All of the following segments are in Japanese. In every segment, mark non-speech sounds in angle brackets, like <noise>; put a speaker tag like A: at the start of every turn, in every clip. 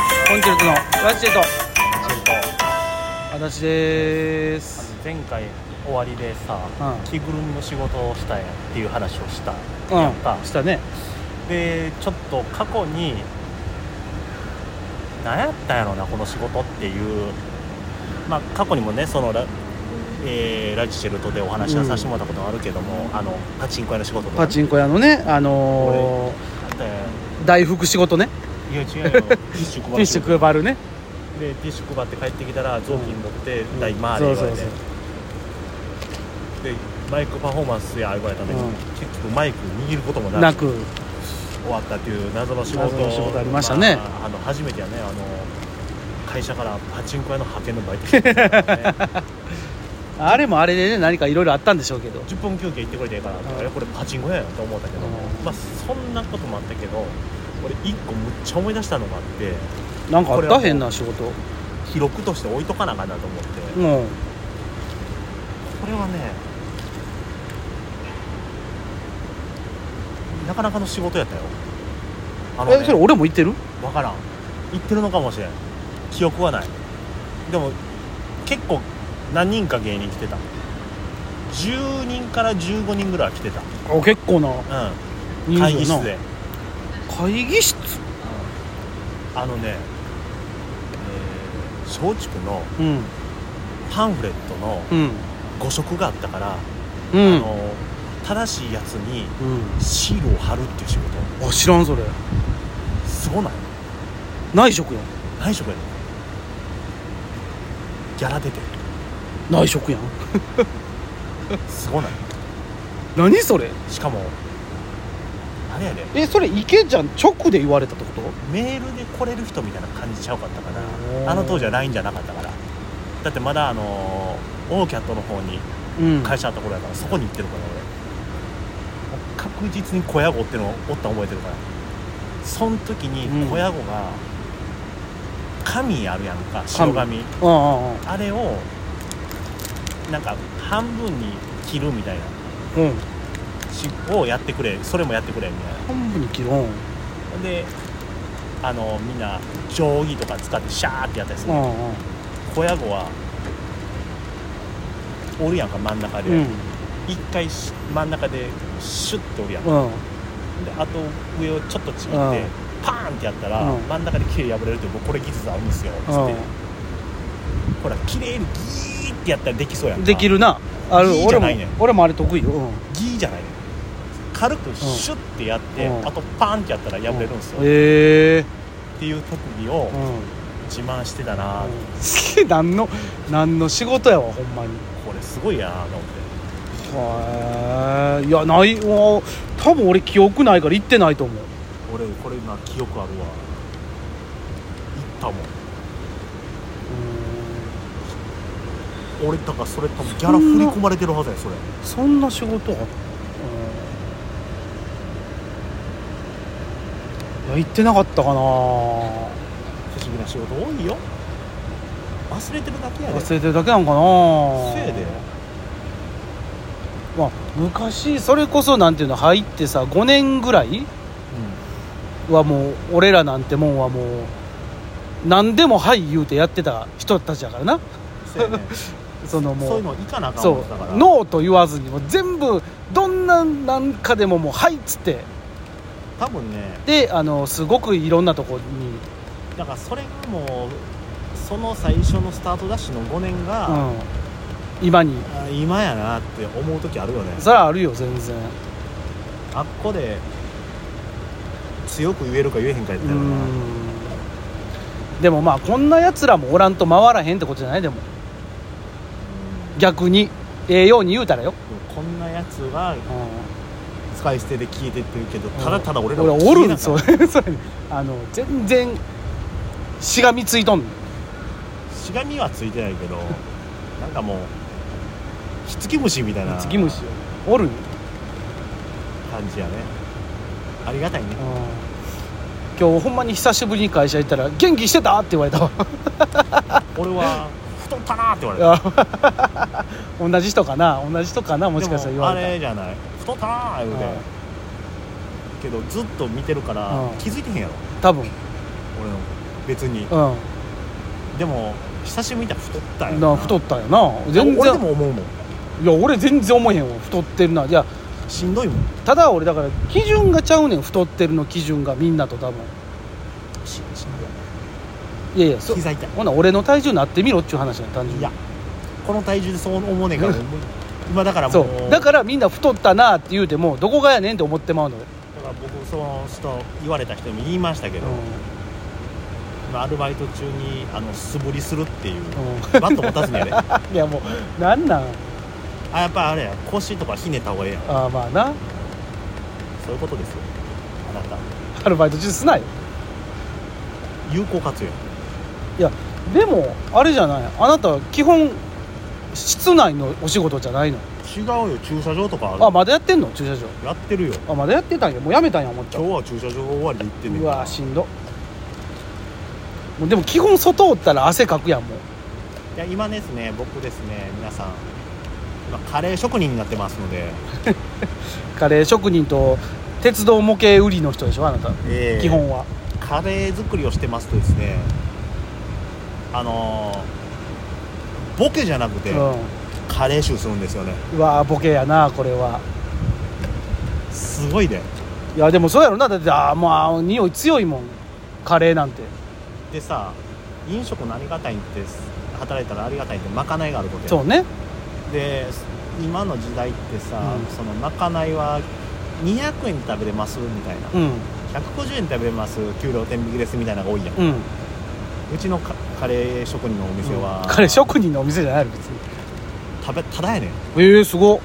A: ラジチェと
B: のあ
A: 足立でーす
B: の前回終わりでさ、
A: うん
B: 着ぐるみの仕事をしたいっていう話をした
A: うん
B: やんか
A: したね
B: でちょっと過去に何やったんやろなこの仕事っていうまあ過去にもねそのラ,、えーラジチェルトでお話しさせてもらったことがあるけども、あのパチンコ屋の仕事とか
A: パチンコ屋のねあの
B: あったやん
A: ー、大福仕事ね
B: いや違
A: <laughs>
B: うよティッシュ配
A: ティ
B: る
A: ッシュ配るね
B: でティッシュ配って帰ってきたら雑巾持って
A: うん
B: 大回り言われて、
A: そうそう
B: でマイクパフォーマンスや言われたんだけど、
A: うん
B: 結局マイク握ることもなく
A: なく
B: 終わったっていう謎の仕事
A: 謎の仕事ありましたね
B: あ、あの初めてやねあの会社からパチンコ屋の派遣のバイトして
A: <laughs>
B: たからね
A: あれもあれでね何かいろいろあったんでしょうけど
B: 10分休憩行ってくれていいかなとか、
A: うん
B: いやこれパチンコ屋やなと思ったけど、
A: うん
B: まあそんなこともあったけど俺一個むっちゃ思い出したのがあって
A: なんかあっ
B: これは
A: た
B: もう
A: 変な仕事う
B: 記録として置いとかなあかんなと思って、
A: ん
B: これはねなかなかの仕事やったよあの、
A: えそれ
B: ね、
A: 俺も行ってる
B: 分からん言ってるのかもしれん記憶はないでも結構何人か芸人来てた10人から15人ぐらいは来てた、
A: あ結構な
B: うん、
A: 人
B: 会議
A: 数や
B: 室
A: な
B: で、
A: 会議室
B: あのねえー松竹の
A: うん
B: パンフレットの
A: うん
B: 誤色があったから、
A: う
B: あ
A: ん
B: の正しいやつに
A: う
B: シールを貼るっていう仕事
A: んあ知らんそれ
B: すごない
A: 内職やん
B: 内職やでギャラ出て
A: 内職やん
B: すごない
A: 何それ
B: しかもあれやで
A: えそれ池ちゃん直で言われたってこと
B: メールで来れる人みたいな感じちゃうかったか
A: おー
B: なあの当時は LINE じゃなかったからだってまだあのーオーキャットの方に
A: うん
B: 会社あった頃やから、そこに行ってるから俺もう確実に小屋子ってのをおったん覚えてるからその時
A: う
B: に
A: ん
B: 小屋子が紙あるやんか白紙
A: うんうんうん
B: あれをなんか半分に切るみたいな
A: うん
B: しをやってくれそれもやってくれみたいな
A: 半分に切ろう
B: ほんであのみんな定規とか使ってシャーってやったりす
A: う
B: る、
A: んうん
B: 小屋子はおるやんか真ん中で、
A: うん
B: 一回し真ん中でシュッておるやん、
A: う
B: で
A: ん
B: あと上をちょっとちぎって、
A: うん
B: パーンってやったら、
A: うん
B: 真ん中で綺麗に破れるって僕これ技術あるんですよつって、
A: う
B: ほら綺麗にギーってやったらできそうやん
A: ん
B: か
A: できるなある
B: いいじ
A: 俺
B: ゃ
A: も
B: ないねん
A: 俺もあれ得意ようん
B: ギーじゃないの軽くシュッてやって、
A: うん
B: あとパーンってやったら破れるんですよ、っ
A: へえ
B: ていう特技を
A: う
B: 自慢してたな、
A: ん何の何の仕事やわほんまに
B: これすごいやなと思って
A: へえいやないもう多分俺記憶ないから行ってないと思う
B: 俺これな記憶あるわ行ったもん
A: うん
B: 俺だからそれ多分ギャラ振り込まれてるはずやそれ
A: そんな仕事あったうんいや行ってなかったかな
B: 不思議な仕事多いよ忘れてるだけやで
A: 忘れてるだけなんかな
B: せいで
A: まあ、昔それこそなんていうの入ってさ5年ぐらいはもう俺らなんてもんはもう何でも「はい」言うてやってた人たちだからな
B: せやね
A: その
B: そう
A: もう
B: いうの行かなあかん
A: そ
B: <laughs> もんだから
A: うノーと言わずにもう全部どんななんかでももう「はい」っつって
B: 多分ね
A: であのすごくいろんなとこに
B: だからそれがもうその最初のスタートダッシュの5年が、
A: うん今に
B: あ今やなって思う時あるよね
A: それはあるよ全然
B: あっこで強く言えるか言えへんかやっ
A: う
B: たよな、
A: んでもまあこんなやつらもおらんと回らへんってことじゃないでも逆にええように言うたらよ、
B: でもこんなやつは
A: う
B: 使い捨てで消えてってるけど
A: ん、
B: ただただ俺ら
A: 俺
B: は
A: お
B: 消え
A: る
B: なか
A: ん
B: った
A: そう <laughs> そうやねあの全然しがみついとんねん
B: しがみはついてないけどなんかもうひつき虫みたいな
A: 月
B: 感
A: 虫よおるんよ
B: じやねありがたいね
A: うん今日ほんまに久しぶりに会社行ったら「元気してた?」って言われた <laughs> わ
B: 俺は太ったなって言われた
A: あ同じ人かな同じ人かなもしかしたら
B: で
A: 言
B: も
A: わ
B: あ
A: れた
B: れじゃない太ったなー言うて
A: うん
B: けどずっと見てるから
A: うん
B: 気づいてへんやろ
A: 多分
B: 俺の別に
A: うん
B: でも久しぶりに見たら太ったよ
A: な太ったよな全
B: 俺で
A: 然
B: も思うもん
A: いや俺全然思えへんわ太ってるないや
B: しんどいもん
A: ただ俺だから基準がちゃうねん太ってるの基準がみんなと多分
B: ししん
A: いやいや
B: ど
A: そ
B: い膝痛い
A: ほな俺の体重なってみろっちゅう話やん単純に
B: いやこの体重でそう思うねんから
A: うん
B: 今だからも
A: そううだからみんな太ったなって言うてもどこがやねんって思ってまうのよ、
B: だから僕その人言われた人にも言いましたけど、
A: う
B: まあアルバイト中にあの素振りするっていう、
A: んうん
B: バット持たず <laughs> にやれあ
A: <laughs> いやもうなんなん
B: やっぱあれや腰とかひねった方がええやん
A: ああまあな
B: そういうことですよあなた
A: アルバイト中すない
B: 有効活用や
A: でもあれじゃないあなた基本室内のお仕事じゃないの
B: 違うよ駐車場とかある
A: あまだやってんの駐車場
B: やってるよ
A: あまだやってたんやもうやめたんや思っちゃ
B: 今
A: う
B: 日は駐車場終わりで行ってんねん
A: う
B: から
A: わしんどもうでも基本外おったら汗かくやんもう
B: いや今ですね僕ですね皆さん今カレー職人になってますので、
A: カレー職人と鉄道模型売りの人でしょあなた
B: えー
A: 基本は
B: カレー作りをしてますとですねあのーボケじゃなくて、
A: う
B: カレー臭するんですよね
A: んうわボケやなこれは
B: すごいね
A: いやでもそうやろなだってあーまあ匂い強いもんカレーなんて
B: でさ飲食のありがたいって働いたらありがたいってまかないがあることや
A: そうね
B: で今の時代ってさ、
A: うん
B: そのまかないは200円で食べれますみたいな、
A: うん
B: 150円で食べれます給料天引きですみたいなのが多いやん、
A: うん
B: うちのカカレー職人のお店は、
A: カレー職人のお店じゃないの別に
B: 食べただやねん
A: ええすごっ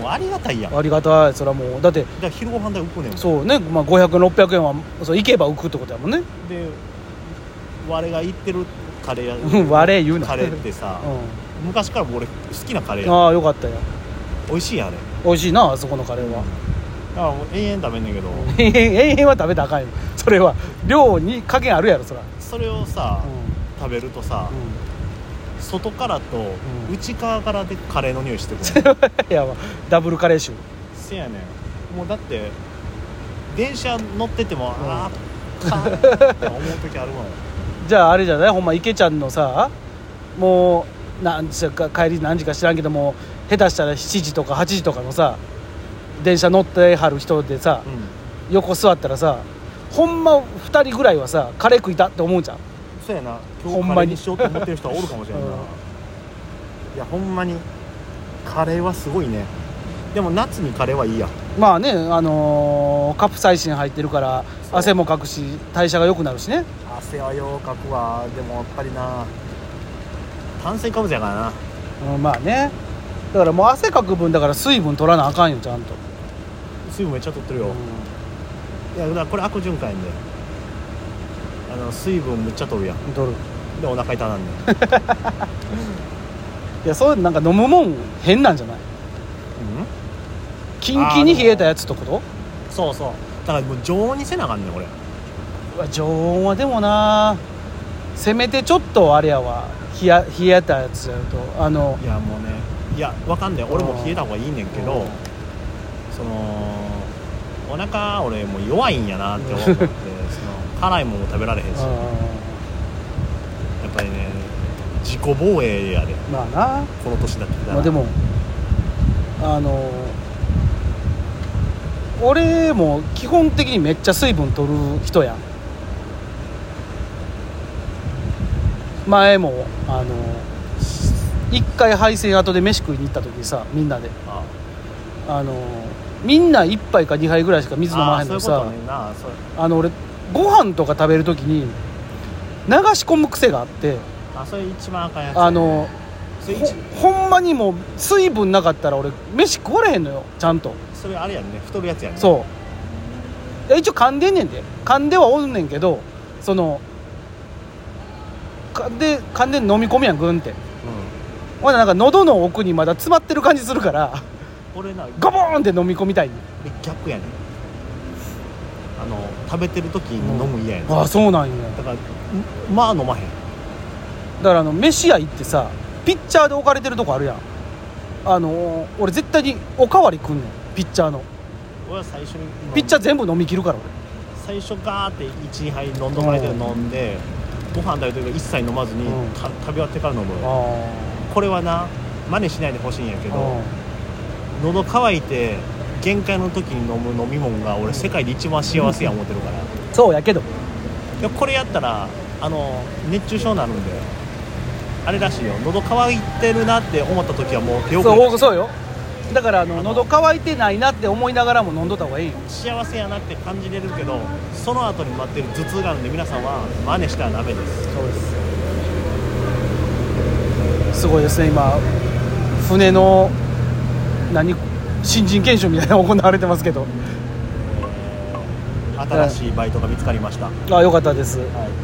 B: もうありがたいやんだか
A: ありがたいそれはもうだって
B: ら昼ご飯代浮くねんで
A: そうね、まあ、500600円はそう行けば浮くってことやもんね
B: 我が行ってるカレー
A: うん悪い言うな
B: カレーってさ、
A: う
B: 昔から俺好きなカレ
A: ん、
B: ー
A: ああよかったよ
B: 美味しいやんあれ
A: 美味しいなあそこのカレー <laughs> は
B: だからもう延々食べんねんけど
A: 永遠は食べたらあかんよそれは量に加減あるやろそら
B: それをさ、食べるとさ、
A: う
B: 外からと
A: ん
B: 内側からでカレーの匂いしてくる、
A: んい <laughs> やまあダブルカレー臭
B: せやねんもうだって電車乗ってても、ああかって思う時あるもん
A: じゃああれじゃないほんま池ちゃんのさもう何時か帰り何時か知らんけども下手したら7時とか8時とかのさ電車乗ってはる人でさ
B: うん
A: 横座ったらさほんま2人ぐらいはさカレー食いたって思うじゃん
B: そうやな
A: ほ
B: 今
A: んま
B: 日
A: に
B: カレーにしようと思ってる人はおるかもしれんないな、
A: うん
B: いやほんまにカレーはすごいねでも夏にカレーはいいや
A: まあねあのーカプサイシン入ってるから
B: そう
A: 汗もかくし代謝が良くなるしね
B: 汗はようかくわでもやっぱりな炭水化物やからな
A: うんまあねだからもう汗かく分だから水分取らなあかんよちゃんと、
B: 水分めっちゃ取ってるよ、いやだからこれ悪循環やんであの水分むっちゃ取るやん
A: うん取る
B: でお腹痛
A: <laughs>
B: なんねん
A: いやそういうのなんか飲むもん変なんじゃない
B: うん
A: キンキンに冷えたやつってこと
B: そうそうだからもう常温にせなあかんねん俺
A: うわ常温はでもなせめてちょっとあれやわ冷や冷えたやつやるとあの
B: いやもうねいやわかんない俺も冷えた方がいいねんけど、
A: うん
B: そのお腹俺もう弱いんやなって思
A: <laughs>
B: ってその辛いもんも食べられへんしやっ
A: う
B: ぱりね自己防衛やで
A: んまあな
B: この年だってきたら
A: まあ、でもあの俺も基本的にめっちゃ水分取る人やん前もあの一回配線後で飯食いに行った時にさみんなで
B: あ
A: あのみんな1杯か2杯ぐらいしか水飲ま
B: あ
A: へ
B: ー
A: ん
B: そう
A: の
B: いう
A: にさ
B: ことねなあそう
A: あの俺ご飯とか食べる時に流し込む癖があって
B: あそれ一番赤いやつ
A: あの
B: それ一
A: ほほんまにもう水分なかったら俺飯食われへんのよちゃんと
B: それあれやんね太るやつやんねう
A: そういや一応噛んでんねんで噛んではおんねんけどその噛んで噛んで飲み込みやんグンってほんでなんか喉の奥にまだ詰まってる感じするから
B: ん俺な
A: ガボーンって飲み込みたい
B: 逆やねんあの食べてる時に飲む嫌やねん、
A: ああそうなんや
B: だからんまあ飲まへん
A: だからあの飯屋行ってさピッチャーで置かれてるとこあるやんあのー俺絶対におかわりくんねんピッチャーの
B: 俺は最初に
A: ピッチャ
B: ー
A: ー全部飲み切るから
B: 最初ガーって12杯飲んどかれて飲んでご飯食べてるから一切飲まずに、
A: うん
B: た食べ終わってから飲む
A: あ
B: これはな真似しないでほしいんやけ
A: ー
B: ど喉乾いて限界の時に飲む飲み物が俺世界で一番幸せや思ってるから
A: うんそうやけど
B: でこれやったらあの熱中症になるんであれらしいよ喉乾いてるなって思った時はもう手遅れだ
A: そうそうよだからあの喉乾いてないなって思いながらも飲んどった方がいいよ
B: 幸せやなって感じれるけどその後に待ってる頭痛があるんで皆さんは真似したらダメです
A: そうですすごいですね今船の何新人研修みたいなの行われてますけど
B: 新しいバイトが見つかりました、
A: あよかったです
B: はい